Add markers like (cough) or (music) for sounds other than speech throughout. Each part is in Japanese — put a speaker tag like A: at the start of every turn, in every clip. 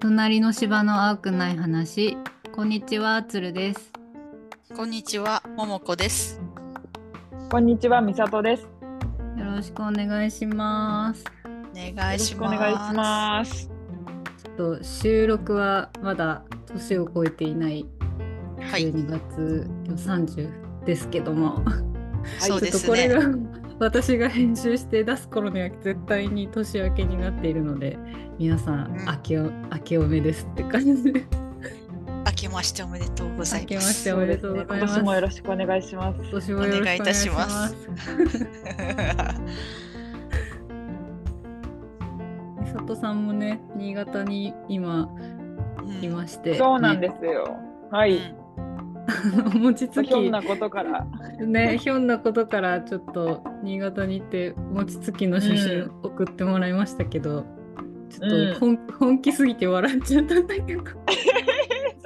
A: 隣の芝の青くない話こんにちはつるです
B: こんにちは、ももこです。
C: こんにちは、みさとです。よ
A: よろしくお願いします
B: お願
C: ろ
B: いし
C: しく
B: ま
C: お
B: す。
C: 願いします。
A: ちょっと収録はまだ年を超えていない
B: はい、
A: 12月30ですけども、
B: そ
A: ちょ
B: うで
A: っと
B: す
A: これ
B: ね。
A: が (laughs) 私が編集して出す頃には絶対に年明けになっているので皆さん、
B: うん
A: 明けお明けおめですって感じで
B: 明けましておめでとうござい
A: 明け
B: ま。
A: ますしておめでとうございます
C: そうですね今年もよろしくお願いします。
A: 今年もよろしくお願いいたしま
B: お
A: す。美里さんもね新潟に今いまして、
C: そうな
A: (laughs)
C: ん
A: ね
C: ですよ。はい。
A: もう餅つ
C: ひょん
A: き
C: なことから。
A: ねひょんなことからちょっと新潟に行って餅つきの写真
C: う
A: 送ってもらいましたけど、ち
C: う
A: ょっ
C: ん
A: と本,、本気すぎて笑っちゃったんだけど
C: そう。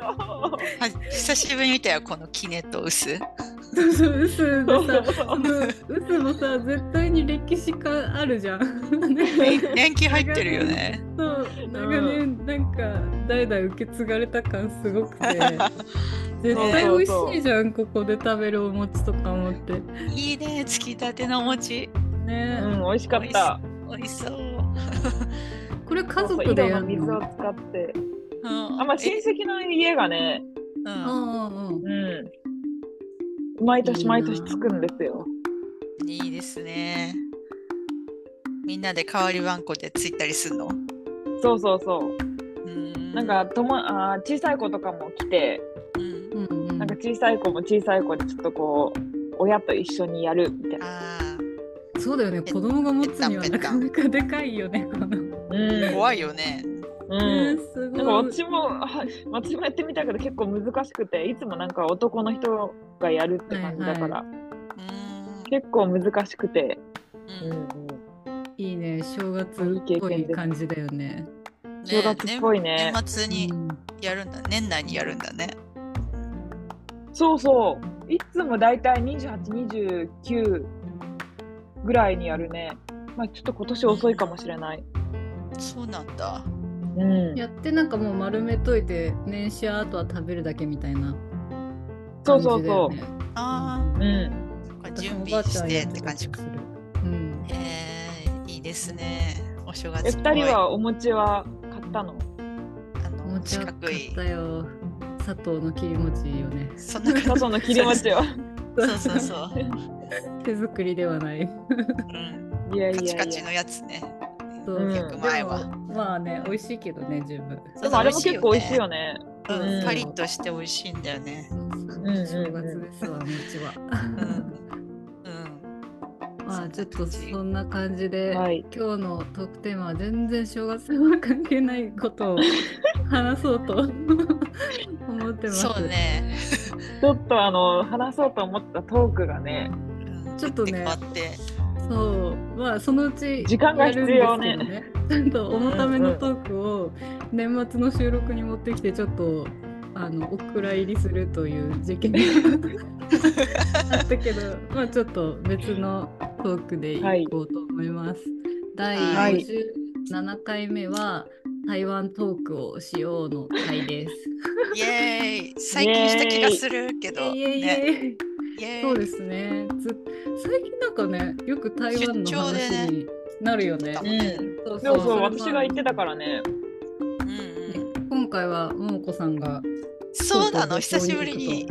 B: はい久しぶりに見たよ、このキネとウス。
A: そうそううすで
C: (laughs)
A: さ
C: そう
A: うすもさ絶対に歴史感あるじ
C: (laughs)
A: ゃん。ね
B: 年年季入ってるよね。
A: そう長年なんか代々受け継がれた感すごく
C: (laughs)
A: て絶対美味しいじゃんここで食べるお餅とか思って
B: いいね、つきたてのお餅。
A: ね、
C: うん、美味しかった。
B: 美味しそう。
A: これ家族でやる
C: そうそう井戸の水を
A: の
C: 使って。
B: うん
C: あ、まあ、親戚の家がね、
B: う
A: うんんうんうん
C: うん。毎
A: いい
C: 年
A: な
C: 毎年つくんですよ。
B: いいですね。みんなで代わりわんこでついたりするの。
C: そうそうそう。
B: うん
C: なんか、、とも、あー、小さい子とかも来て、
B: うん
A: うんうん
C: なんか小さい子も小さい子でちょっとこう。親と一緒にやるみたいな。
B: あ
A: そうだよね子供が持つには
B: ぺ
A: な
B: った
A: か
B: んぺ
A: なかでかいよねこの、ね
B: あ、
C: う
B: 怖いよね。
C: ん。うん。
A: (laughs) す
C: なんか
A: ごい
C: 私も、はい私もやってみたけど結構難しくて、いつもなんか男の人がやるって感じだから、
B: うん
C: 結構難しくて、
B: うん
A: いいね正月っぽい感じだよね
C: 正月っぽいね
B: 年年末に
A: うん
B: やるんだ、年内にやるんだね。
C: そうそう、いつもだいたい28、29ぐらいにやるね。まあちょっと今年遅いかもしれない。
B: そうなんだ。
C: うん、
A: やってなんかもう丸めといて年始はあとは食べるだけみたいな
C: そ
A: 感
C: う
A: じ
C: そ
A: だ
C: う
A: よ
C: そ
A: ね
B: ああ、
C: う。うん、
B: なんか
A: 私も
B: 準
A: おばあ
B: 備
A: ちゃ
B: し
A: ん
B: て
A: や
B: って
A: た
B: 感
A: 気
B: じ
A: が
B: か
A: す。るうん
B: えー、いいですね。お正月
C: え、
B: っ
C: 二
B: ぽい
C: 人はお餅は買ったの
B: あ
A: おも
B: の
A: ち
B: 四
A: ゃ
B: 角
A: 買っ
B: い。
A: たよ。佐藤の切り餅よね。
B: そんな
C: 佐
B: 感じ。
C: 藤の切り餅
B: そ
C: を。
B: うそうそう。
A: (laughs) 手作りではない。
B: うん、
C: いやい
B: カ
C: やい
B: チ
C: や
B: カ。チのやつね。
A: そう
C: うん
B: よく前は。
A: でもまあね、美味しいけどね、十分。
C: でもあれも結構美味しいよ
B: ね。
C: ね。
B: うん
C: うん
B: パリッとして美味しいんだよね。
C: うんうん
A: 正月ですわ、餅
B: うん。
A: は。
B: うん。
A: まあちょっとそんな感じで、
C: はい
A: 今日のトークテーマは全然正月は関係ないことを話そうと思ってます。
B: そうね。
C: ちょっとあの、話そうと思ったトークがね、
B: うん
A: ちょっとね
B: 打て変わって。
A: そうまあそのうち
C: 時間が必要ね
A: やるんですけどねちゃんと重ためのトークを年末の収録に持ってきてちょっとあのお蔵入りするという事件が (laughs) あったけどまあちょっと別のトークでいこうと思います。
B: は
A: 第
C: い
A: 57回目は台湾トークをしようの回です。
B: イエーイ。最近した気がするけど。
A: いえい
B: ね。
A: えいえ
B: イエーイ。
A: そうですね。ず最近なんかね、よく台湾の
B: 出張でね
A: 話になるよね。
C: うん。
A: そう
C: そう
A: そ
C: そう、
A: れは
C: 私が言ってたからね。
B: うんうん。
A: 今回は桃子さんが
B: そうなの
A: そう
B: 久
A: そう
B: しぶりに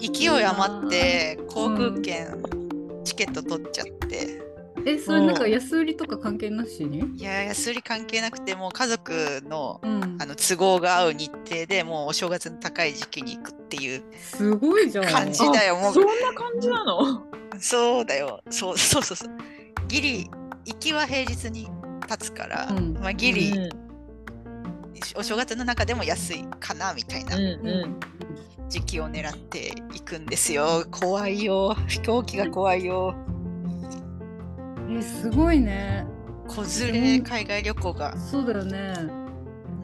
B: 勢い余って航空券チケット取っちゃって、
A: えそれなんか安売りとか関係なしに
B: いや安売り関係なくてもう家族の
A: うん
B: あの都合が合う日程でもうお正月の高い時期に行くっていう
A: すごいじゃん
B: 感じだよも
C: あ
B: う
C: そんな感じなの
B: そうだよそうそうそうそうギリ行きは平日に立つから、
A: うん
B: まあ、ギ
C: う
B: リ、
C: ん
B: お正月の中でも安いかなみたいな
C: うんうん
B: 時期を狙っていくんですよ怖いよ飛行機が怖いよ
A: えすごいね
B: 子連れ海外旅行が
A: そうだよね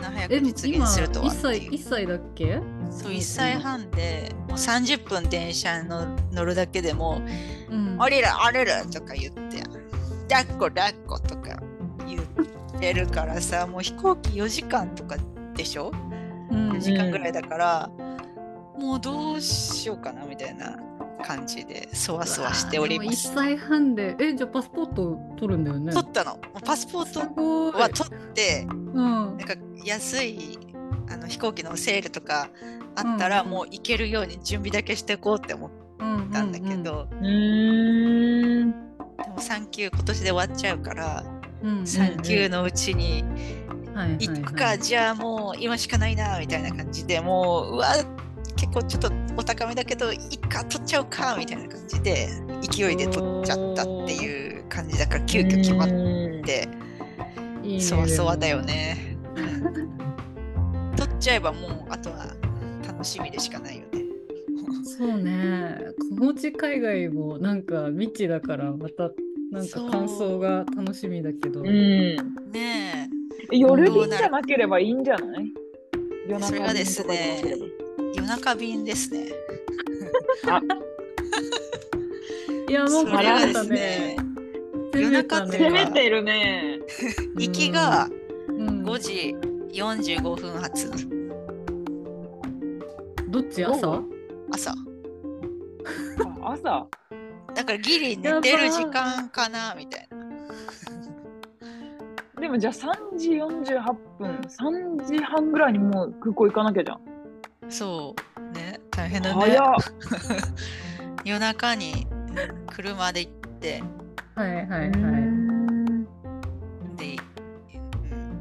B: 早
A: え
B: く
A: 今
B: 実現するとは
A: 1
B: って
A: 歳
B: いう
A: 1歳だっけ
B: そう1歳半でもう30分電車に乗乗るだけでも
A: うん
B: 「降りる降りる」とか言って「抱っこ抱っこ」とか言ってるからさもう飛行機4時間とかでしょ
A: うん
B: 4時間ぐらいだから、もうどうしようかなみたいな感じでそわそわしておりま
A: 1
B: す
A: 歳半でえじゃあパスポート取るんだよね
B: 取ったのもうパスポー
A: すごい
B: トは取って
A: うん
B: なんか安いあの飛行機のセールとかあったら
A: うん
B: もう行けるように準備だけしていこうって思っ
A: うん
B: たんだけど、
C: うーん。
B: でも3級今年で終わっちゃうから
A: うんうんうん
B: 3級のうちに
A: はいはいはい
B: 行くか、じゃあもう今しかないなみたいな感じでもううわ結構ちょっとお高めだけどいっか取っちゃうかみたいな感じで勢いで取っちゃったっていう感じだから急遽決まっ
C: って。
B: て
A: いいね
B: そわそわだよ
A: で
B: ね。 (laughs) 取っちゃえばもうあとは楽しみでしかないよね。
A: もそうね子持ち海外もなんか未知だからまたなんか感想が楽しみだけど、
C: うん。
B: ね
C: 夜便じゃなければいいんじゃない夜
B: それ
C: 中
B: がで
C: 便
B: す
C: とかじゃな
B: ね
C: ければ。
B: 夜中便ですね。
A: いやもう
B: そ
A: これ
B: れ
A: だ
B: が
A: っ
B: で
A: た
B: すね
A: ね。攻めたね
B: 夜中って
C: 攻めてるね。
B: 行きが
A: うん
B: 5時45分発
A: どっち朝
B: 朝。
C: あ朝。
B: だからギリ寝てる時間かなみたいな。
C: でもじゃあ3時48分、3時半ぐらいにもう空港行かなきゃじゃん。
B: そう。ね。大変だね
C: 早。っ。
B: 夜中にうん車で行って、
A: はいはいうはい、
C: ん
B: で、うん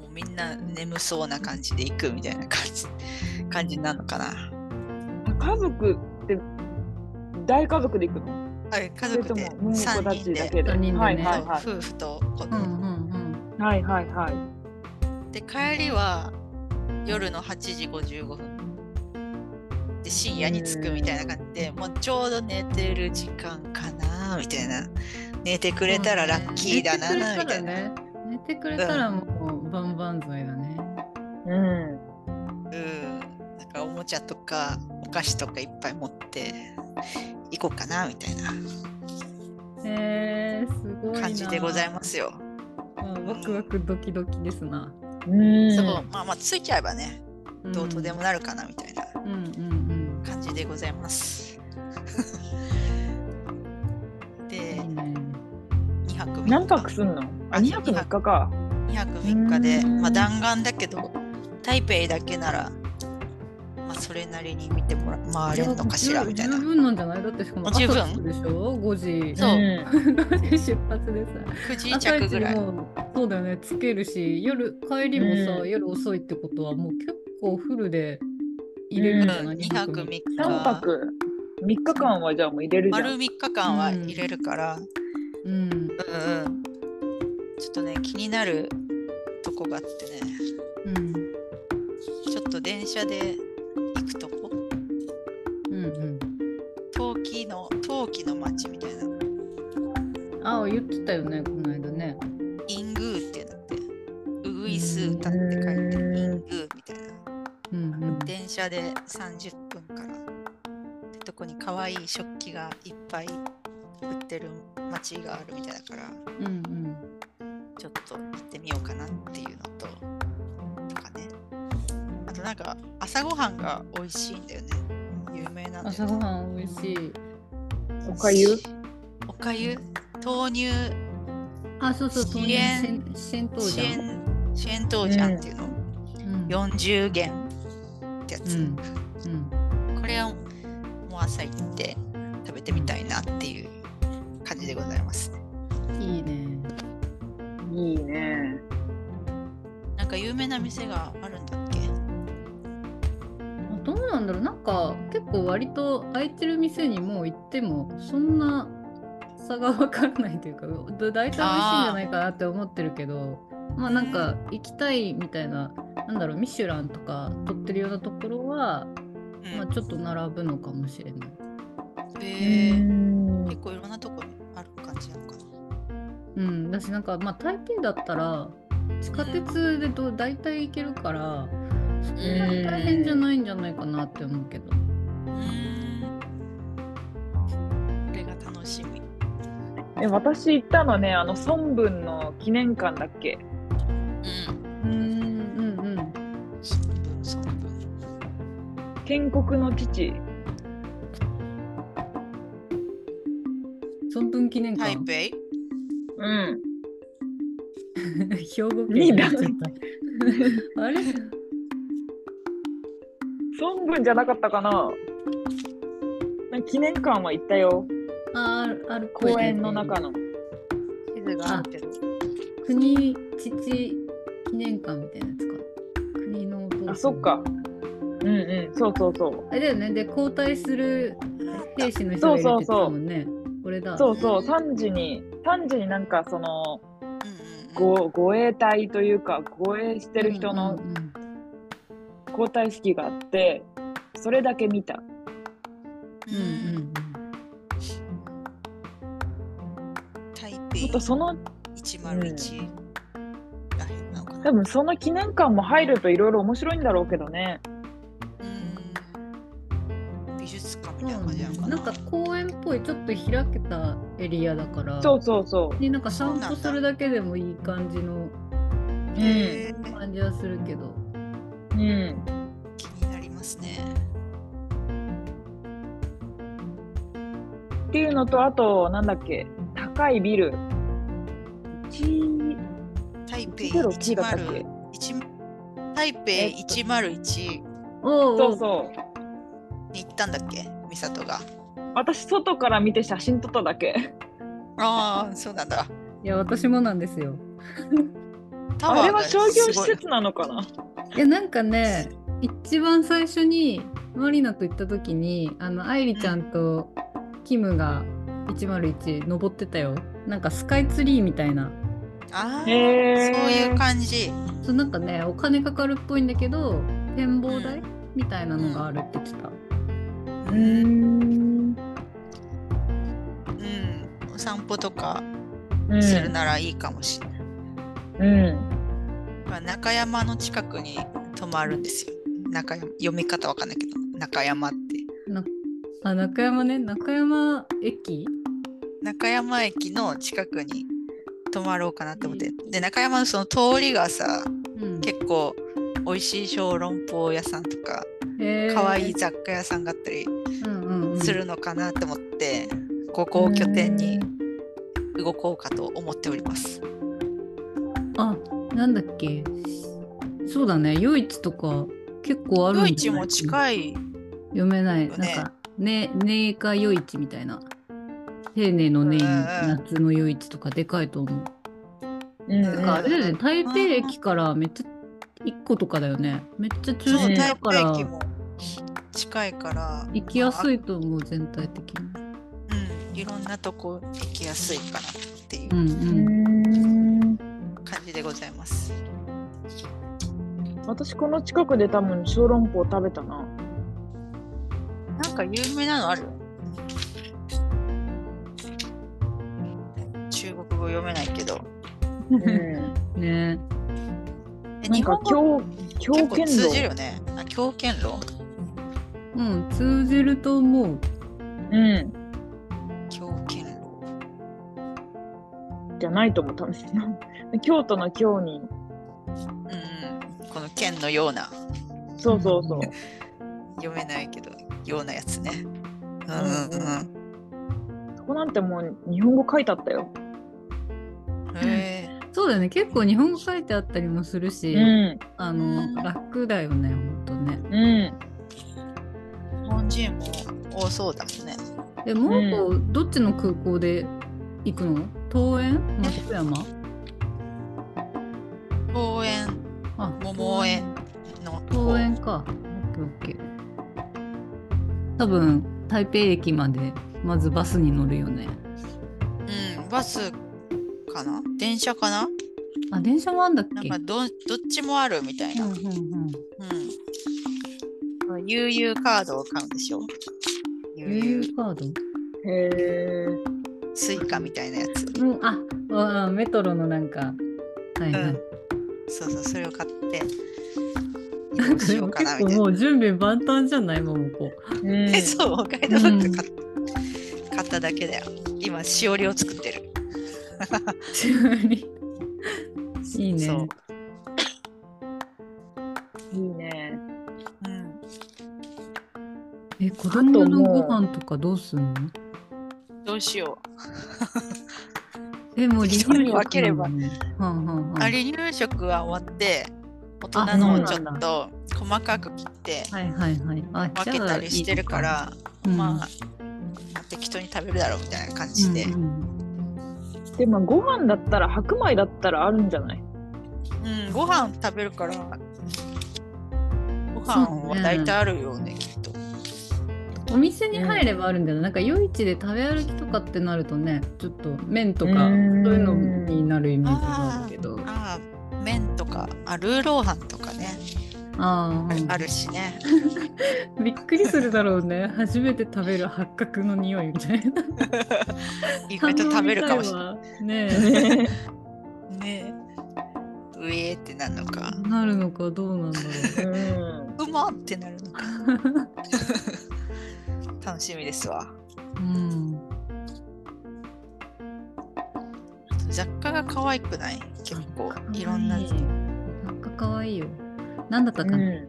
B: もうみんな眠そうな感じで行くみたいな感じ感じになるのかな。
C: 家族って大家族で行くの
B: あ家
C: それ
B: 族
C: と
B: で
C: ももう子
B: 3
C: た
B: 人
C: ちだ
B: で。
C: けで。
A: 三人でね
C: はいはいは
B: 夫婦と子
A: うんう
B: 供、
A: ん
C: い。はいはいはい。
B: で帰りは夜の8時55分で深夜に着くみたいな感じでもうちょうど寝てる時間かなみたいな寝てく
A: く
B: れたらラッキーだなみたいな、
A: 寝てくれたらもう万々歳だね
C: うん。
B: うんなんかおもちゃとかお菓子とかいっぱい持って行こうかなみたいな
A: えー、すごいな
B: 感じでございますよ、
A: うんワクワクドキドキですな
C: うん
B: そうまあまあついちゃえばねどうとで
A: も
B: もなるかなみたいな
A: うんうん
B: 感じでございます、
A: うんい
B: で
A: いね
B: 2泊3日
C: 何泊すんのあ、2泊3日か。
B: 2泊3日で、
C: うん
B: まあ、弾丸だけど台北だけなら、まあ、それなりに見てもら回れるのかしらみたいな
A: 十分なんじゃないだってしかも
B: もう十分
A: 朝着くでしょ5時
B: そう
C: うん
A: 5時 (laughs) 出発でさ
B: 9時
A: 朝
B: 着
A: 一
B: ぐらい
A: もそうだよねつけるし夜帰りもさ、
C: うん
A: 夜遅いってことはもう結構フルで入れるんじゃない、
B: うん2泊3日
C: 3泊3日間はじゃあもう入れるじゃ
B: 丸3
C: ん。
B: 日間は入れるから、うん
A: うん
B: うんちょっとね気になるとこがあってね
A: うん
B: ちょっと電車で行くとこ
A: うん
B: 陶器の陶器の町みたいな
A: うんあ言ってたよねこの間ね
B: イングーってなってウグイス歌って書いてイ
C: うん
B: ングーみたいな
A: うんうん
B: 電車で30分からってとこに可愛い食器がいっぱい売ってる街があるみたいだから
A: うんうん
B: ちょっと行ってみようかなっていうのととかねあとなんか朝ごはんが美味しいんだよね有名なんだよね
A: 朝ごはん美味しい
C: おかゆ
B: おかゆ豆乳
A: あそうそう
B: 支
A: 豆乳
B: 援
A: 戦闘
B: 支
A: じゃん
B: 援支援豆じゃんっていうの、
A: うん
B: 40元ってや
A: う
B: つ、
A: んうん
B: これはもう朝行って食べてみたいなっていう感じでございます
A: いいね
C: いいね。
B: なんか有名な店があるんだっけ
A: あどうなんだろうなんか結構割と空いてる店にもう行ってもそんな差が分からないというかだ大体美味しいんじゃないかなって思ってるけどまあなんか行きたいみたいななんだろうミシュランとか取ってるようなところは、
B: うん
A: まあ、ちょっと並ぶのかもしれない。
B: へえ
C: うん
B: 結構いろんなとこにある感じなのかな
A: うん、だしなんかまあ台北だったら地下鉄でど大体行けるからそんなに大変じゃないんじゃないかなって思うけど。
B: これが楽しみ
C: え私行ったのね、あの孫文の記念館だっけ
B: うん
A: うんうんうん
C: 建国の父。
A: 孫文記念館
B: 台北
C: うん。
A: 兵庫県
C: になっちゃっ
A: (laughs) あれ
C: 孫文じゃなかったかななんか記念館は行ったよ。
A: あーあるっぽい
C: 公園の中の。
B: 地図があってる。
A: 国父記念館みたいなやつか国のお父さん
C: あ、そっか。うんうん、そうそうそう。
A: あれだよねで交代する兵士の人がいるって言ってたもんねこれだ
C: そうそう、3時に、3時になんかその、
B: うんうんうん
C: ご護衛隊というか、護衛してる人
A: う
C: の
A: んうんうん
C: 交代式があって、それだけ見た。
A: うんうんうん
B: 台
C: ちょっ
B: 北
C: とその、
B: 101らへんなのかな。
C: 多分その記念館も入るといろいろ面白いんだろうけどね。
B: うん美術館みたいな感じなの
A: う
B: かな。
A: んなんか公園っぽいちょっと開けたエリアだから
C: そうそうそう。
A: でなんか散歩するだけでもいい感じの
C: うん。
B: えー
A: 感じはするけど
C: うん。
B: 気になりますね。
C: っていうのと、あと、なんだっけ、高いビル。1
B: 台北
C: 1 0 9だったっけ
B: 101台北101
A: おう
C: そ
A: お
C: うそう。
B: に行ったんだっけ美里が。
C: 私、外から見て写真撮っただけ。
B: ああ、そうなんだ。
A: いや私もなんですよ
B: タワー
C: あ
B: が
C: れは商業施
B: すごい
C: 設なのかない
A: やなんかね一番最初にマリナと行った時にあの愛梨ちゃんとキムが101登ってたよなんかスカイツリーみたいな
B: ああ、
C: へー
B: そういう感じ。
A: そうなんかねお金かかるっぽいんだけど展望台みたいなのがあるって言ってた、
C: うーん。
B: うん、お散歩とか
C: うん
B: するならいいかもしれない。
C: うん。
B: まあ、中山の近くに泊まるんですよ。中山読み方わかんないけど、中山って。
A: なあ中山ね中山駅
B: 中山駅の近くに泊まろうかなって思って。で、中山のその通りがさ、
A: うん
B: 結構美味しい小籠包屋さんとか、
A: へー
B: 可愛い雑貨屋さんがあったり
A: うんうんうん
B: するのかなって思って、ここを拠点に動こうかと思っております。
A: あなんだっけそうだね夜市とか結構ある
B: 夜
A: んじ
B: 市
A: ゃない
B: も近い。
A: 読めない、
B: よ
A: な
B: ね
A: んか「ねねえか夜市」みたいな丁寧のね、
B: うんうん
A: 夏の夜市とかでかいと思う
C: うん
B: なん
A: だからあれだよね台北
B: うん
A: 駅からめっちゃ1個とかだよねめっちゃ中
B: そう、
A: 心だ
B: 台
A: か
B: 北
A: ら
B: 駅も近いから、
A: 行きやすいと思う全体的に
B: うん、いろんなとこ行きやすいかなっていううん
C: う
A: うん
C: ん
B: 感じでございます。
C: 私この近くで多分小籠包食べたな
B: なんか有名なのある中国語読めないけど。
A: ね
B: え
C: なん
B: 日
C: か
B: 本語
C: 狂狂
B: 結構
C: 犬
B: 通じる
C: 道
B: よね。あ、狂犬路
A: うん通じると思う
C: うん
B: 狂犬路。
C: じゃないと思った
B: (laughs)
C: んですけど京都の京
B: う
C: に
B: んうん。この剣のような、
C: そうそうそう
B: 読めないけど、ようなやつね。うんうん
C: そこなんてもう日本語書いてあったよ
B: うん。へえ。
A: そうだよね結構日本語書いてあったりもするし、
C: うん
A: あの楽だよねほんとね
C: うん
B: 日本人も多そうだもんね。
A: でもうこうどっちの空港で行くの桃園松山
B: 公園、
A: あ
B: 桃園の方。
A: 桃園か。オッケーオッケー。多分台北駅までまずバスに乗るよね。
B: うん、バスかな電車かな
A: あ電車もあんだっ
B: なん
A: け。
B: かどどっちもあるみたいな。
A: う
B: うん
A: う
B: ん。
A: ん
B: 悠々カードを買うんでしょ
A: うん。
B: 悠
A: 悠遊
B: 々
A: カー
C: へえ
B: スイカみたいなやつ。
A: ド。うんああメトロのなんか。はいはい。
B: そうそう、それを買って。
A: (laughs) なん (laughs)
B: どう
A: か
B: し
A: で
B: よう
A: も
B: かな
A: 結構
B: みたい
A: も
B: な。
A: う準備万端じゃないももこ。
C: うん
B: (laughs) え、そう、ガイドブック買っ買っただけだよ。今、しおりを作ってる。
A: いいね。
B: そう。
C: いいね
B: うん
A: 子供の
C: あ
A: ご
C: ともう
A: 飯とかどうすんの
B: どうしよ
A: え、もう離乳
B: 適当に分ければ
A: 食なのねはんはん
B: う。
A: はん
B: あ離乳食は終わって、大
A: あ
B: 人の
A: そうな
B: を
A: ん
B: ち
A: だ
B: ょっと細かく切って
A: はいはいはい。あ、じ
B: 分け
A: ゃあ
B: たりしてるか、ら、
A: いいの
B: まあ、適当に食べるだろうみたいな感じで。
A: うんうん
C: でもご飯だったら白米だったらあるんじゃない
B: うん、ご飯食べるから、ご飯は大体あるよね、きっと。
A: お店に入ればあるんだよ、なんか夜市で食べ歩きとかってなるとねちょっと麺とか
C: う
A: そう
C: ーん
A: いうのになるイメージがあるけど
B: ああ、麺とか、あ、ルーローハンとかね、
A: あー
B: あるし (laughs) ね。
A: うんびっくりするだろうね初めて食べる八角の匂いみたいな
B: 意外と食べるかもしれない。
A: いねえ
B: ねえ。うえーってなるのか、
A: なるのかどうなんだろ
C: うん
B: うまってなるの (laughs) か、楽しみですわ。
A: う、うん、
B: 雑貨が可愛くない結構、いろんな。
A: 八角かわいいよなんだったかな、
C: う
A: 名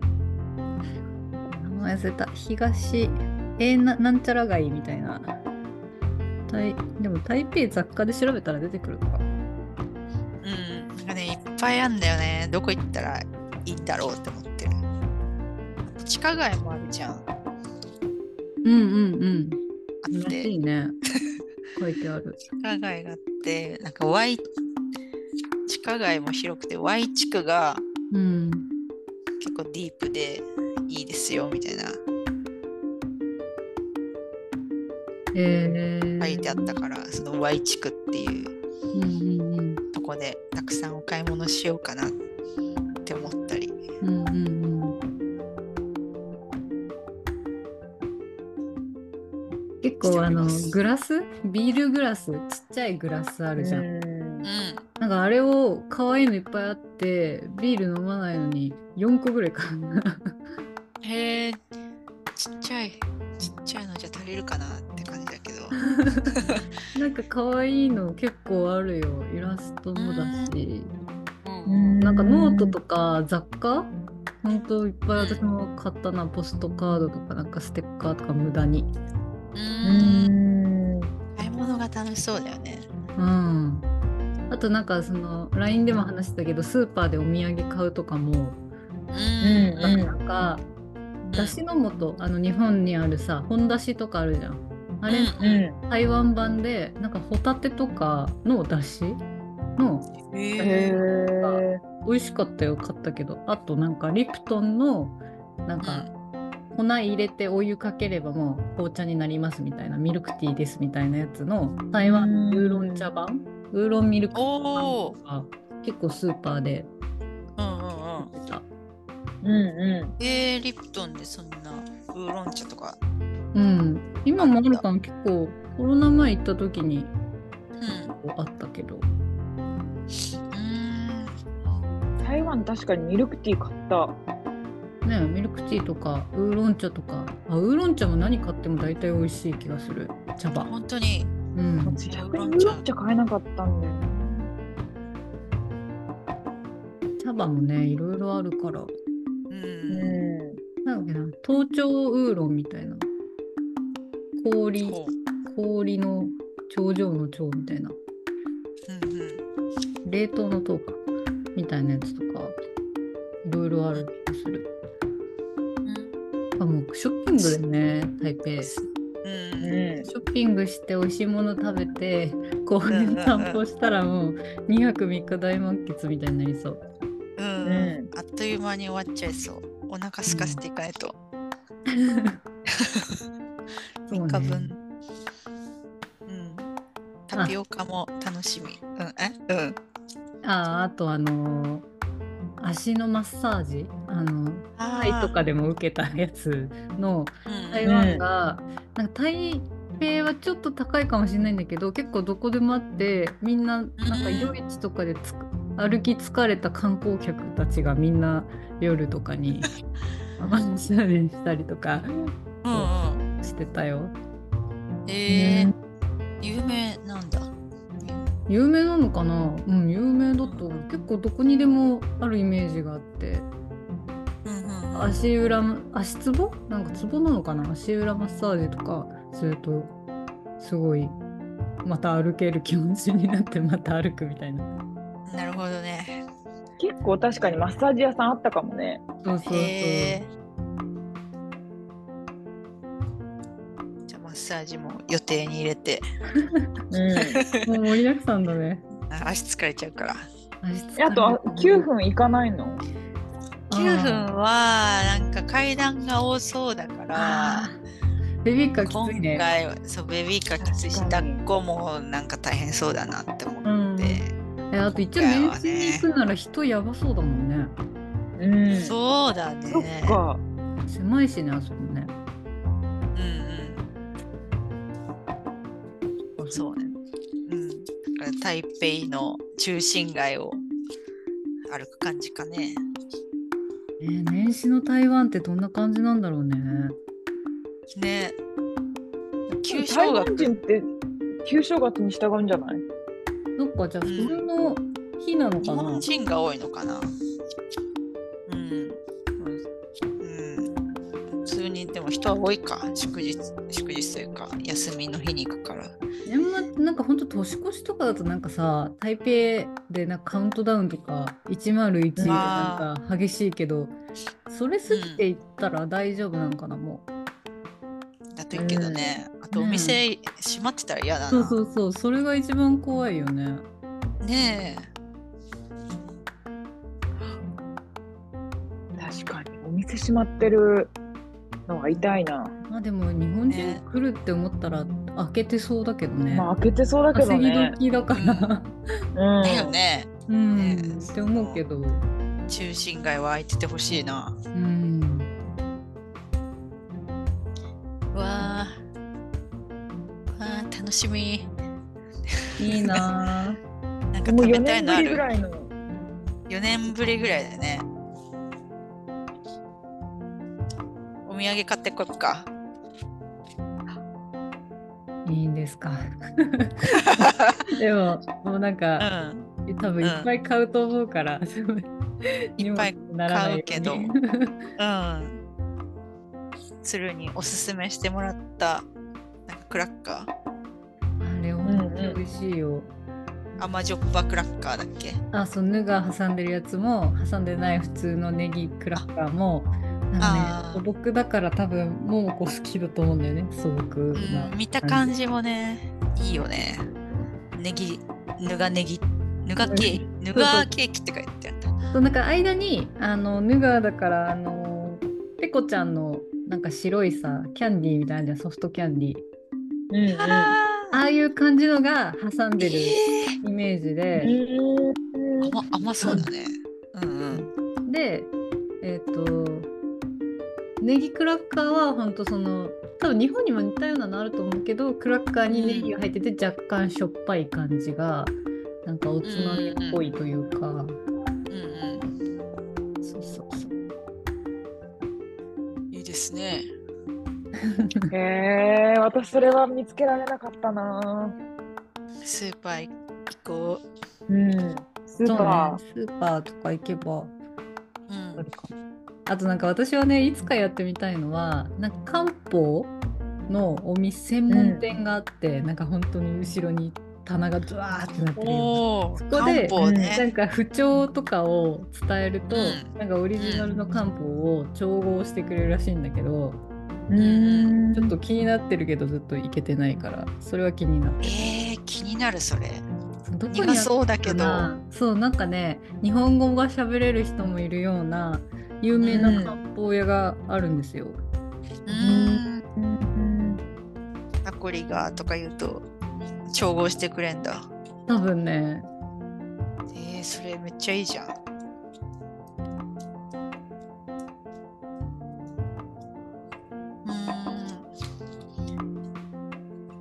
A: 前忘れた東えー、ななんちゃら街みたいな台でも台北雑貨で調べたら出てくるのか
B: うん。なんかね、いっぱいあんだよね。どこ行ったらいいんだろうって思ってる。地下街もあるじゃん。あ
A: うんうんうん
B: っ
A: ら
B: て。
A: しいね。 (laughs) 書いてある。
B: 地下街があってなんか Y 地下街も広くて Y 地区が
A: うん。
B: 結構ディープでいいですよみたいな
A: えー。
B: 書いてあったからその Y 地区っていう
A: うんうんうん。
B: とこでたくさんお買い物しようかなって思ったり
A: うんうんうん。結
B: してお
A: 構あ
B: り
A: の
B: ます
A: グラスビールグラスちっちゃいグラスあるじゃん、
B: うん
C: ん
A: なんかあれを可愛いのいっぱいあってビール飲まないのに4個ぐらいか (laughs) な
B: へえちっちゃいちっちゃいのじゃ足りるかなって感じだけど
A: なんか可愛いの結構あるよイラストもだし、
C: うん
A: なんかノートとか雑貨ほんといっぱい私も買ったなポストカードとかなんかステッカーとか無駄に
B: う
C: うんん
B: 買い物が楽しそうだよね
A: うんあとなんかその LINE でも話してたけどスーパーでお土産買うとかも
B: うん
C: ん
A: なんかなんかだしの素あの日本にあるさ本だしとかあるじゃんあれ
B: うん
C: うん
A: 台湾版でなんかホタテとかのだしの
B: へ
C: へ
B: え
C: ー
A: 美味しかったよ買ったけどあとなんかリプトンのなんか粉入れてお湯かければもう紅茶になりますみたいなミルクティーですみたいなやつの台湾のウーロン茶版ウーロンミルクティ
B: おお
A: ーが結構スーパーで
B: うんうんうん
A: 売ってた
C: うんうん
B: えー、リプトンでそんなウーロン茶とか、
A: うん今もあるかも結構コロナ前行った時に
B: うん、
A: あったけど
B: ん
C: 台湾確かにミルクティー買った
A: ねミルクティーとかウーロン茶とかあウーロン茶も何買っても大体美味しい気がする茶葉
B: 本当に
A: うん
C: 逆にウーロン茶買えなかったんだよね
A: 茶葉もねいろいろあるから
B: う
C: うんん
A: なんだっけな頭頂ウーロンみたいな氷
B: こ
A: 氷の頂上の頂みたいな
B: ううんうん
A: 冷凍の糖かみたいなやつとかいろいろある気がするあもうショッピングだよね台北シ
B: うんうん
C: う
A: ョッピングして美味しいもの食べて公園散歩したらもう2泊3日大満喫みたいになりそう
B: うん
C: うん
B: あっという間に終わっちゃいそうお腹空かせていかないと、
A: そうね
B: 3日分うんタピオカも楽しみうんえうん
A: ああとあのー足のマッサージあの
B: あ
A: タイとかでも受けたやつの台
B: 台湾
A: 湾が、なんか台北はちょっと高いかもしれないんだけど結構どこでもあってみんななんか夜市とかでつく歩き疲れた観光客たちがみんな夜とかにマッサージしたりとか
B: うんうん
A: してたよ。
B: えー有名なんだ
A: 有名なのかなうん有名だと結構どこにでもあるイメージがあって
B: うんうんうん
A: 足裏足つぼなんかつぼなのかな足裏マッサージとかするとすごいまた歩ける気持ちになって (laughs) また歩くみたいな
B: なるほどね。
C: 結構確かにマッサージ屋さんあったかもね。
A: そうそうそう
B: へえ。じゃあマッサージも予定に入れて。
C: う
A: もう盛りだくさんだね
B: あ足疲れちゃうから。
A: 足疲
C: ん、
A: れ
C: あとあ9
A: 分
C: 分いかないの
B: 9分はなんか階段が多そうだから。
A: ベビーカー
B: 今
A: きついね
B: 回はそうベビーカーきついし
C: 確か
B: 抱
C: に
B: っこもなんか大変そうだなって思
A: う
B: っ
A: ん
B: て、
A: えあと一応
B: 今
A: 年
B: 回は
A: 始
B: ね
A: に行くなら人やばそうだもんね
C: うんそ
B: そうだね
C: っか。
A: 狭いしねあそこね
B: うんうんそうねうんだから台北の中心街を歩く感じかね
A: えー年始の台湾ってどんな感じなんだろうね
B: ね旧
C: 台
B: 正
C: 湾
B: 月
C: 人って旧正月に従うんじゃない
A: そっかじゃあ普通の日なの
B: 日
A: かな
B: 本人が多いのかなうんうん普通にでも人は多いか祝日祝日というか休みの日に行くから
A: 年末なんかほんと年越しとかだとなんかさ台北でなんかカウントダウンとか101でなんか激しいけどそれ過ぎていったら大丈夫なのかなもう、
B: だといいけどね、あとお店閉まってたら嫌だな、
A: そうそうそうそれが一番怖いよね
B: ね
C: 確かにお店閉まってるのが痛いな。
A: まあでも日本人
B: ね
A: 来るって思ったら開けてそうだけどね、
C: まあ開けてそうだけど
A: 稼ぎ
C: ね。
A: 時だから
C: うん
B: えだよね
A: (laughs) うん、
B: ね
A: って思うけど
B: 中心街は空いててほしいな
A: うん
B: うわあわー楽しみ
A: いいな (laughs) あ
B: なんか
C: もう
B: 食
C: 4
B: べたい
C: 年
B: の
C: ぶ
B: あ
C: りぐ
B: る
C: らいの。
B: 4年ぶりぐらいだよねお土産買ってこっか
A: いいんですか (laughs) でももうなんか、
B: うん
A: 多分
B: うん
A: いっぱい買うと思うから、 (laughs) い
B: いっぱい
A: ならないように
B: 買うけどうん鶴におすすめしてもらったなんかクラッカ
A: あれ本当に美味しいよ、
B: ー甘じょっぱクラッカーだっけ
A: あそうぬが挟んでるやつも挟んでない普通のネギクラッカーもなんか
B: あ
A: ね
B: ー
A: 素朴だから多分ももこ好きだと思うんだよね素朴な、
B: うん、見た感じもね、いいよね。ネギ、ぬがネギ、ぬがケーキ、ぬがケーキって書いてあった。
A: そうなんか間にあのヌガだからあのペコちゃんのなんか白いさキャンディーみたいなのあるじゃんソフトキャンディー
C: う
B: (laughs)
C: んうん
A: ああいう感じのが挟んでるイ
B: えー
A: メージで、
B: 甘甘そうだね。うんうん。
A: でえっ、とネギクラッカーはほんとその多分日本にも似たようなのあると思うけどクラッカーにネギが入ってて若干しょっぱい感じがなんかおつまみっぽいというか、
B: うん
A: そうそうそう
B: うん。いいですね。
C: へえ私それは見つけられなかったな。
B: スーパー行こ
C: うん。スーパ
A: そうねスーパーとか行けば
B: う。うん。
C: ー。
A: あとなんか私はねいつかやってみたいのはなんか漢方のお店専門店があって、なんか本当に後ろに棚がドワーってなってるような
B: おお、
A: そこで
B: 漢方
A: なん
B: ね。
A: か不調とかを伝えると、
B: う
A: なんかオリジナルの漢方を調合してくれるらしいんだけど、
C: うん。
A: ちょっと気になってるけどずっと行けてないからそれは気になってる
B: えー、気になるそれ。
A: そうどこにある
B: 苦
A: の
B: そうだけ
A: か
B: ど。
A: なそうなんかね日本語が喋れる人もいるような有名な漢方屋があるんですよ。
B: うん。
C: うん
B: アコリがとか言うと調合してくれんだ。
A: 多分ね
B: えー、それめっちゃいいじゃん。うー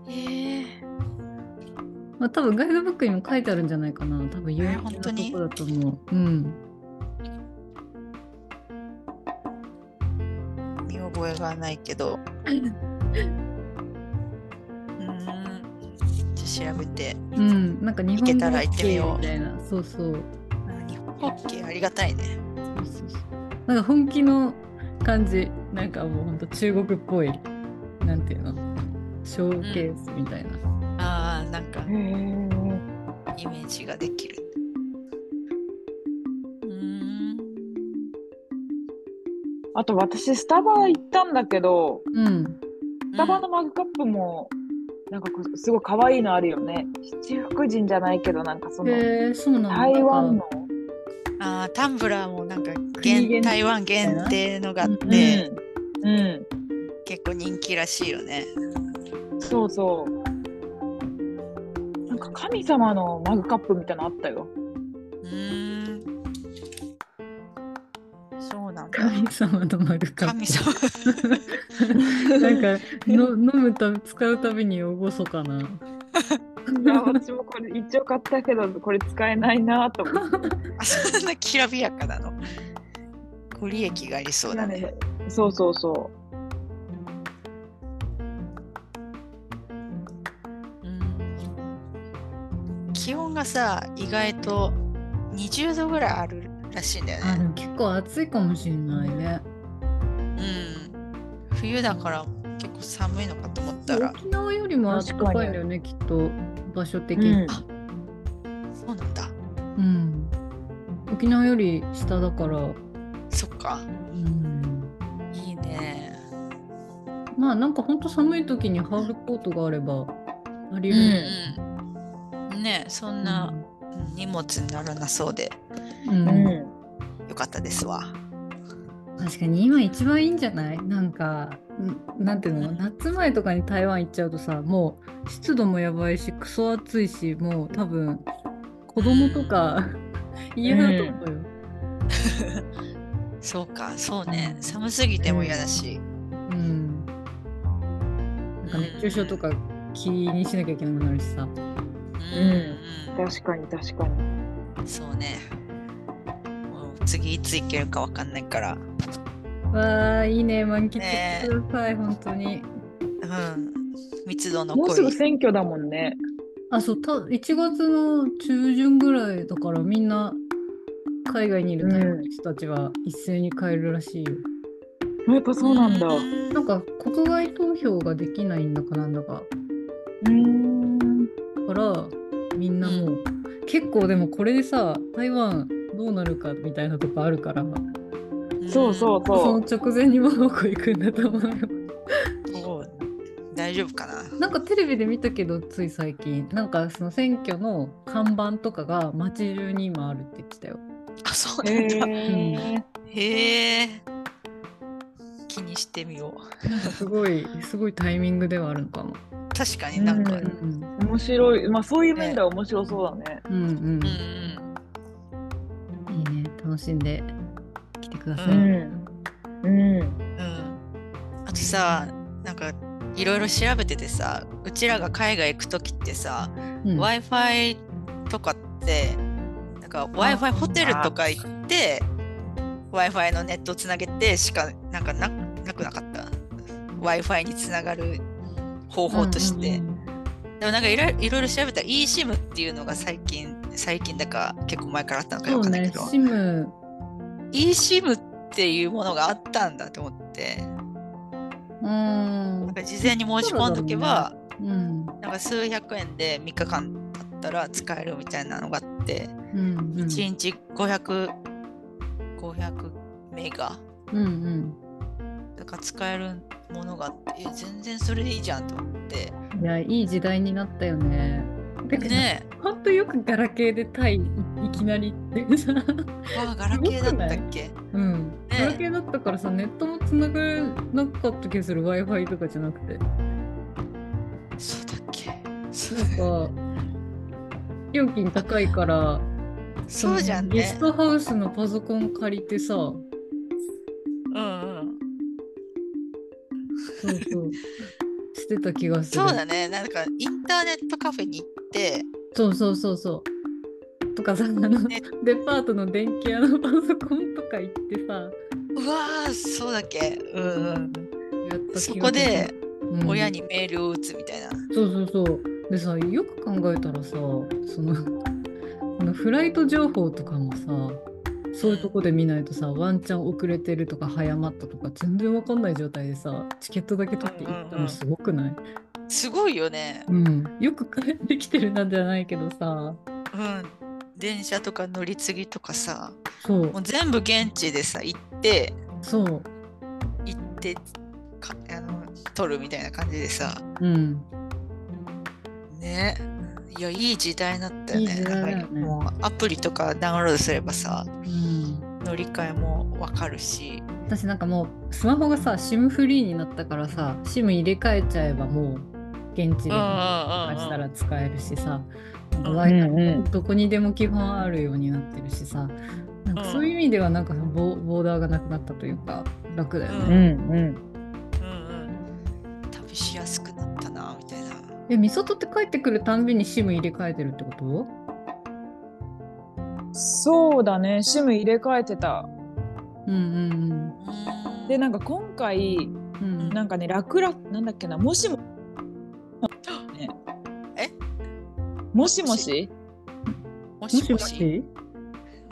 B: ん。え
A: まあ、多分ガイドブックにも書いてあるんじゃないかな多分有名な
B: 本
A: と
B: 当に
A: こだと思う。うん
B: ー、見覚えがないけど。うーん。じゃあ調べて。
A: うん、なんか日本
B: 行け
A: 語
B: たら行ってみ
A: OK
B: よう
A: みたいなそうそう
B: うん日本ホッケーありがたいね。
A: そうそうそうなんか本気の感じなんかもうほんと中国っぽいなんていうのショーケースみたいな、
B: ああ、なんか
C: へー
B: イメージができる。うーん。
C: あと私スタバ行ったんだけど
A: うん
C: スタバのマグカップもなんかこうすごい可愛いのあるよね七福神じゃないけどなんかその
A: へえそうなんだ
C: 台湾の、
B: うんあータンブラーもなんか
C: 国
B: 限
C: 限定
B: 台湾限定のがあって、
A: うんね
C: うん、う
B: 結構人気らしいよね。
C: ん、そうそうなんか神様のマグカップみたいなのあったよ
B: うーん。そうなんだ。
A: 神様のマグカップ
B: 神様。
A: (laughs) なんかの飲むた使うたびに厳かな
C: いや私もこれ一応買ったけどこれ使えないなと思って
B: (laughs) あそんなきらびやかなの。ご利益がありそうだね。
C: そうそうそう
B: うん気温がさ意外と20度ぐらいあるらしいんだよ
A: あで
B: ね。
A: も結構暑いかもしれないね
B: うん、冬だから結構寒いのかと思ったら
A: 沖縄よりも暖かいんだよねきっと場所的に、
C: うん
B: そうなんだ
A: うん沖縄より下だから、う
B: そっか
A: ん、
B: いいね。
A: まあなんかほんと寒い時にハーフコートがあればありえ
C: う
A: る、
B: うん、ねそんなうん荷物にならなそうで
A: うん
C: う
B: よかったですわ。
A: 確かに今一番いいんじゃないなんかんなんていうの夏前とかに台湾行っちゃうとさもう湿度もやばいしクソ暑いしもう多分子供とか嫌だと思うよ、
B: そうかそうね寒すぎても嫌だし。
A: うんなんか熱中症とか気にしなきゃいけなくなるしさ
B: うん
C: ん、確かに確かに
B: うん、そうね。もう次いつ行けるかわかんないから。
A: わあいいね満喫
B: ね
A: してください、本当に
B: うん、密度の
C: もう
B: 濃
C: すぐ
B: い。
C: 選挙だもんね
A: あそうた1月の中旬ぐらいだからみんな海外にいる台湾の人たちは一斉に帰るらしいよ、
C: やっぱそうなんだう
B: う
A: なんか国外投票ができないんだかなんだか
C: ん
A: だからみんなもう、結構でもこれでさ台湾どうなるかみたいなとこあるから
C: そうそう
A: その
C: そう
A: 直前にマモコ行くんだと思うよ
B: そう大丈夫かな。
A: なんかテレビで見たけどつい最近なんかその選挙の看板とかが街中に今あるって言ってたよ
B: あ、そう
C: へ
B: なんだ。
C: え
B: へえ。気にしてみよう。
A: すごいすごいタイミングではあるのかも、
B: 確かになんか。
C: う
A: うんん、
C: 面白いまあそういう面では面白そうだね
A: うんうん
B: うん
A: いいね楽しんで来てください、
B: う
C: うん
B: うんうん。あとさ、なんかいろいろ調べててさ、うちらが海外行くときってさ、
A: うん
B: Wi-Fi とかって、なんか Wi-Fi ホテルとか行って、Wi-Fi のネットつなげてしかなんかななくなかった。Wi-Fi につながる方法として。
A: うんうん
B: でもなんかいろいろいろ調べたら eSIM っていうのが最近最近だか結構前からあったのか
A: そ
B: よく
A: う
B: わか
A: ん
B: ないけ
A: ね
B: ど、
A: シム
B: eSIM っていうものがあったんだと思って
A: うん
B: なんか事前に申し込んどけば、
A: うん
B: なんか数百円で3日間経ったら使えるみたいなのがあって、
A: うんうん
B: 1日500500メガ
A: うんうん
B: だから使えるものがあってえ全然それでいいじゃんと思って
A: いやいい時代になったよね。だけど、
B: ね
A: ほんとよくガラケーでタイいきなりってさ。
B: えわあガラケーだったっけ
A: うん。
B: え
A: ガラケーだったからさ、ネットもつながれなかった気がする、Wi-Fi とかじゃなくて。なん
B: そうだっけそ
A: か、料金高いから、
B: そうじゃん
A: そのゲス
B: ね
A: トハウスのパソコン借りてさ、そう
B: うんうん
A: そう、してた気がする。
B: そうだね、なんかインターネットカフェに行って、
A: そうそうそうそう。とかさ、あの、
B: ね
A: デパートの電気屋のパソコンとか行ってさ、
B: うわー、そうだっけ、うんうん、
A: やった気がす
B: そ
A: る
B: こで、
A: うん
B: 親にメールを打つみたいな。
A: そうそうそう。でさ、よく考えたらさ、その、あのフライト情報とかもさ、そういうとこで見ないとさワンチャン遅れてるとか早まったとか全然わかんない状態でさチケットだけ取って行ったのすごくない、
B: すごいよね。
A: うんよく帰ってきてるなんじゃないけどさ
B: うん。電車とか乗り継ぎとかさ、
A: そう
B: もう全部現地でさ、行って、
A: そう
B: 行って、かあの撮るみたいな感じでさ、
A: うん
B: ね。いや、いい時代になったよね。
A: いい時代だよね
B: なんかもうアプリとかダウンロードすればさ、
A: うん
B: 乗り換えもわかるし。
A: 私なんかもうスマホがさ SIM フリーになったからさ SIM 入れ替えちゃえばもう現地で
B: うんうんうんうん
A: したら使えるしさなんか
B: うん
A: Wi-Fi
C: うん
A: どこにでも基本あるようになってるしさなんかそういう意味ではなんかボボーダーがなくなったというか楽だよね。
C: うんうん
B: うんうん。旅しやすくなったな、みたいな。
A: えみそとって帰ってくるたんびに SIM 入れ替えてるってこと
C: そうだね SIM 入れ替えてた
A: うんうん
B: うん
C: でなんか今回
A: うんうん
C: なんかね楽らなんだっけなもしもね
B: え
C: もしもし
B: も
A: も
B: し
A: しも
B: もし。
A: し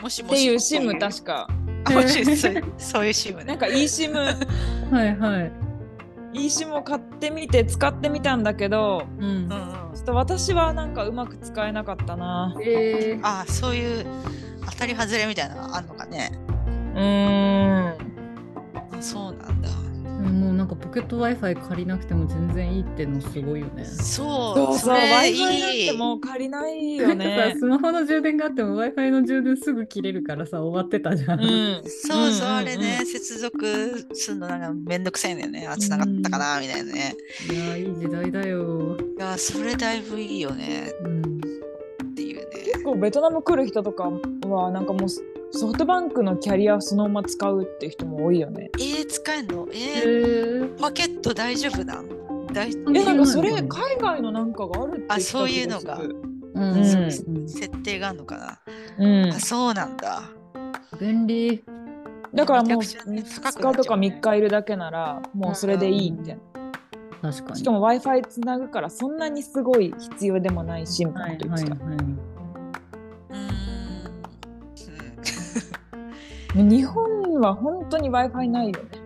B: もしもし。
C: っていう SIM 確か
B: あもしそうそういう SIM
C: なん
B: ね。
C: か eSIM
A: はいはい。
C: eSIM を買ってみて使ってみたんだけど
A: うん
B: うんう、ん
C: ちょっと私はなんかうまく使えなかったな
A: えー、
B: あそういう当たり外れみたいなのがあるのかね
C: うーん
B: あそうなんだ
A: もうなんかポケット Wi-Fi 借りなくても全然いいってのすごいよね。
B: そう
C: そうそう w
B: れい
C: i f i ないってもう借りない
A: な
C: よ
A: んかさ
C: ね
A: スマホの充電があっても Wi-Fi の充電すぐ切れるからさ終わってたじゃ。
C: うんん
B: そうそう、
C: うんうんうん
B: あれね接続するのなんかめんどくさいんだよねあ繋がったかなみたいなね、
A: いやーいい時代だよ。
B: いやそれだいぶいいよね
A: うん。
B: っていうね
C: 結構ベトナム来る人とかはなんかもうソフトバンクのキャリアをそのまま使うっていう人も多いよね
B: えー、使えんの
A: え
B: えー、
A: ー、
B: パケット大丈夫なん大
A: うん
C: えなんかそ
A: そ
C: れ
A: うなんだ
C: 海外のなんかがあるって
B: あそういうのが
A: う
C: うん
A: ん。うん
B: 設定があるのかな、
C: うん
B: あそうなんだ
A: 便利。
C: だからもう
B: めちゃくちゃね高くな
C: 2
B: っちゃうね
C: 日とか3日いるだけならもうそれでいいみたいな
A: 確かに。
C: しかも w i f i つなぐからそんなにすごい必要でもないシンプルというか、
B: うーんうん
C: もう日本は本当に w i f i ないよね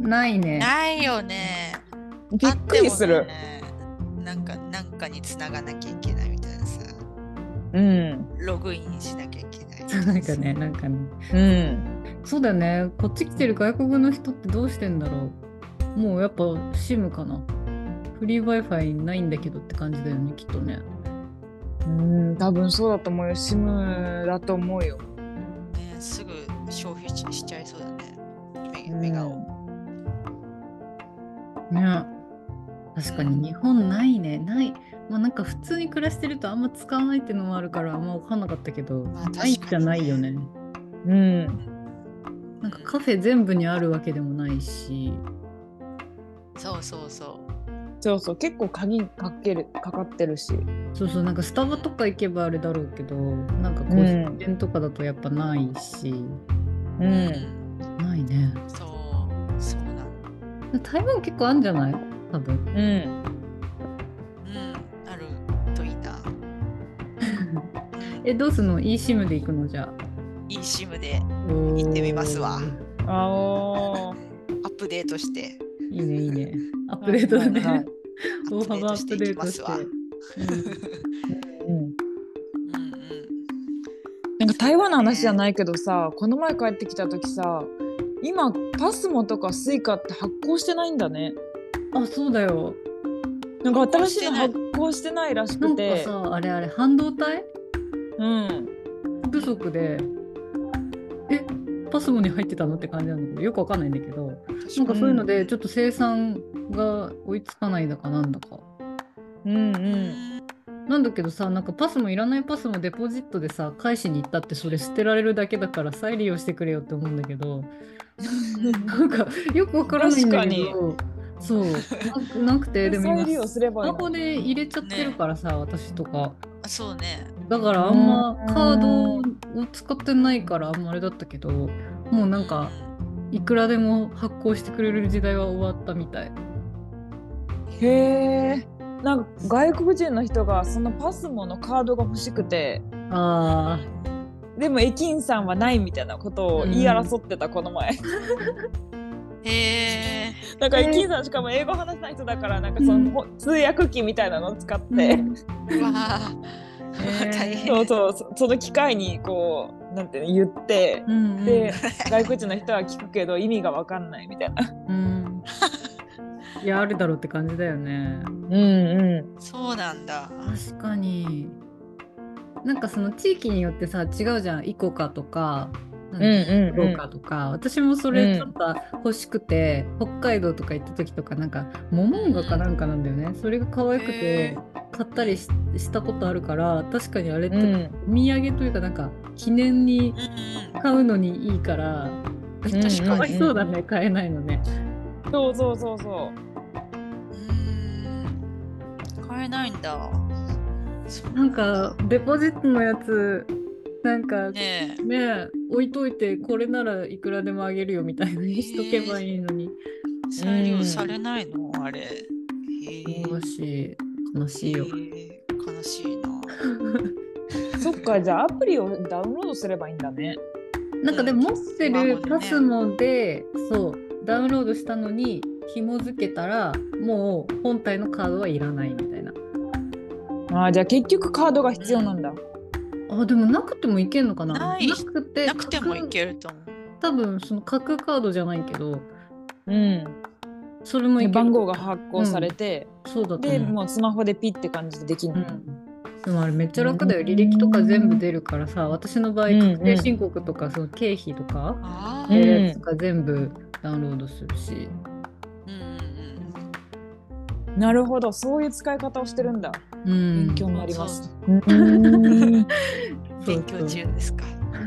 A: ないね。
B: ないよね。
C: びっくりす
B: あっ
C: る、
B: てもねなんか、なんかに繋がなきゃいけないみたいなさ。
C: うん
B: ログインしなきゃいけない。
A: そうなんかね、なんかね。
C: うん
A: そうだよね。こっち来てる外国の人ってどうしてんだろう。もうやっぱ SIM かな。フリー Wi-Fi ないんだけどって感じだよね、きっとね。
C: うん多分そうだと思うよ SIM だと思うよ
B: ね。すぐ消費ししちゃいそうだね。メ
C: うん
B: メガを。
A: ね。確かに日本ないね。ない。まあなんか普通に暮らしてるとあんま使わないっていうのもあるからあんま分かんなかったけど、
B: まあ
A: ないじゃないよね。
C: うん
A: なんかカフェ全部にあるわけでもないし。
B: そうそうそ
C: そうそう結構鍵かけるかかってるし
A: そうそうなんかスタバとか行けばあれだろうけどなんかこう
C: うん
A: 喫店とかだとやっぱないし、
C: う
B: う。うんん。
A: ないね
B: そう。そうなの。
A: 台湾結構あるんじゃない多分
C: うん
B: うん。あるといいな。
A: えどうすんの eSIM で行くのじゃあ
B: いいシムで
A: 行
B: ってみますわ
C: あお
B: アップデートして。
A: いいねいい (laughs) ねアップデートだ
C: はいはいは
A: ね
C: い
A: 大幅アップデート
B: い
A: して
B: きますわ
C: うん
B: うんうん。
C: なんか台湾の話じゃないけどさこの前帰ってきた時さ今パスモとかスイカって発行してないんだね
A: あそうだよ
C: なんか新しいの発行してないらし
A: な
C: く
A: んか
C: て
A: さあれあれ半導体
C: うん
A: 不足でえパスモに入ってたのって感じなんだけどよくわかんないんだけどなんかそういうのでちょっと生産が追いつかないだかなんだか
C: うんう
A: (laughs)
B: うんん。
A: なんだけどさなんかパスもいらないパスもデポジットでさ返しに行ったってそれ捨てられるだけだから再利用してくれよって思うんだけどなんかよくわからないんだけどそうななくてでも
C: 再利
A: 今
C: 用
A: ス
C: すればい
A: マ
C: いの
A: ホ
C: に
A: で入れちゃってるからさ、私とか
B: あそうね。
A: だからあんまカードを使ってないからあんまあれだったけどもうなんかいくらでも発行してくれる時代は終わったみたい
C: へえなんか外国人の人がそのパスモのカードが欲しくて
A: あ
C: でも駅員さんはないみたいなことを言い争ってた、この前
B: え
C: なんか
A: えー
C: 駅員さんしかも英語話せない人だからなんかそうの
A: ん
C: ほ通訳機みたいなのを使って、
B: ー、わあ、
A: ー
B: (laughs) 大変。
C: そうそうそその機会にこうなんていうの言って
A: う、ん、
C: で外国人の人は聞くけど意味が分かんないみたいな。
A: うん、
B: (laughs)
A: いやあるだろうって感じだよね。
C: うんう
B: そうなんだ。
A: 確かになんかその地域によってさ違うじゃんイコカとかなん
C: んうん
A: だ
C: うん
A: 福岡とか、私もそれちょっと欲しくて、北海道とか行った時とかなんかモモンガかなんかなんだよねそれが可愛く
B: へ
A: て買ったりししたことあるから確かにあれって
C: う
A: お
C: ん
A: 土産というかなんか記念に
B: うんうん。
A: 買うのにいいからめっちゃしかわいそうだね買えないのね。
C: そうそうそうそう
B: ーん買えないんだ。そう
A: なんかデポジットのやつなんかね
B: ね
A: え置いといてこれならいくらでもあげるよみたいなにしとけばいいのに。
B: え、採用されないの、あれ。へえ。
A: 悲しい悲しいよ。
B: へー悲しいな。
C: う。そっかじゃあアプリをダウンロードすればいいんだね。
A: なんかでも持って
B: スマホで
A: る
B: ね
A: パスモで、そうダウンロードしたのに紐付けたらもう本体のカードはいらないみたいな
C: あーじゃあ結局カードが必要なんだ。
A: あでもなくてもいけんのかな
B: ない
A: くて
B: なくてもいけると思う。
A: 架空多分その架空カードじゃないけど
C: うん。
A: それもいける
C: 番号が発行されて、
A: そうだと
C: で
A: 思う
C: もうスマホでピッて感じでできる
A: う
C: の。
A: んでもあれめっちゃ楽だよ履歴とか全部出るからさ私の場合
C: うんうん
A: 確定申告とかその経費とか
B: ああ。
C: う
A: 出
C: ん
A: るやつとか全部ダウンロードするし、
B: うんうん
C: なるほどそういう使い方をしてるんだ。
A: うん、
C: 勉強になります。
A: ん
B: うん。
A: そうそう
B: 勉強中ですか。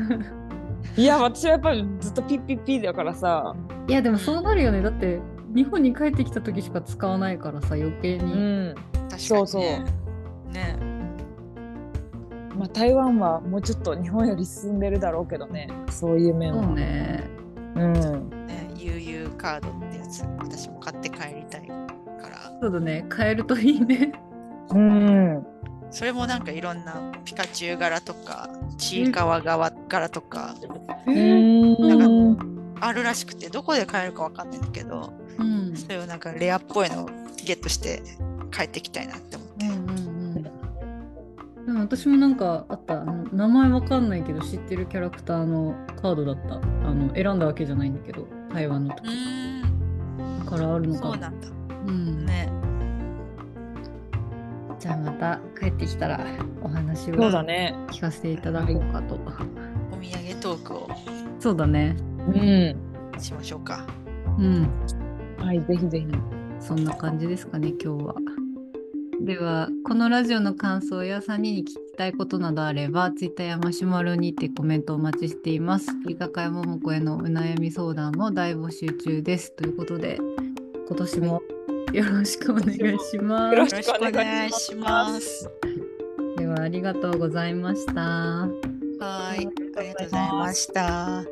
C: (laughs) いや私はやっぱりずっとピッピッピだからさ。
A: いやでもそうなるよねだって日本に帰ってきた時しか使わないからさ余計
C: う
A: に、
C: ん。
B: 確かに、ね。
C: そうそう
B: ね。
C: まあ台湾はもうちょっと日本より進んでるだろうけどねそういう面
A: そう
C: は。
A: ね
C: うん。
B: ね、悠々カードってやつ、私も買って帰りたいから、
A: そうだね変えるといいね
C: うん。
B: それもなんかいろんなピカチュウ柄とか、ちいかわ柄柄とか
C: うん。
B: あるらしくて、どこで買えるかわかんないんだけど、
A: うん
B: それをなんかレアっぽいのをゲットして帰ってきたいなって思って。
A: うんうんうんでも私もなんかあったあの名前わかんないけど知ってるキャラクターのカードだったあの選んだわけじゃないんだけど台湾の
B: う
A: 時
B: ーん、
A: からあるの
B: そう
A: かな
B: なんだ。
A: うん
B: ね。
A: じゃあまた帰ってきたらお話を
C: そうだね。
A: 聞かせていただこうかと、
B: お土産トークを
A: そうだね
C: うん。
B: しましょうか。
A: うん
C: はいぜひぜひ。
A: そんな感じですかね今日は。ではこのラジオの感想や3人に聞きたいことなどあれば Twitter やマシュマロにてコメントお待ちしています。居酒屋ももこへのお悩み相談も大募集中です。ということで今年もよろしくお願いしま
C: よろ
B: よろ
C: し
B: しく
C: く
B: お
C: お
B: 願
C: 願
B: い
C: い
B: し
C: し
B: ま。
C: ます
A: す。ではありがとうございました。
B: はい、ありがとうございました。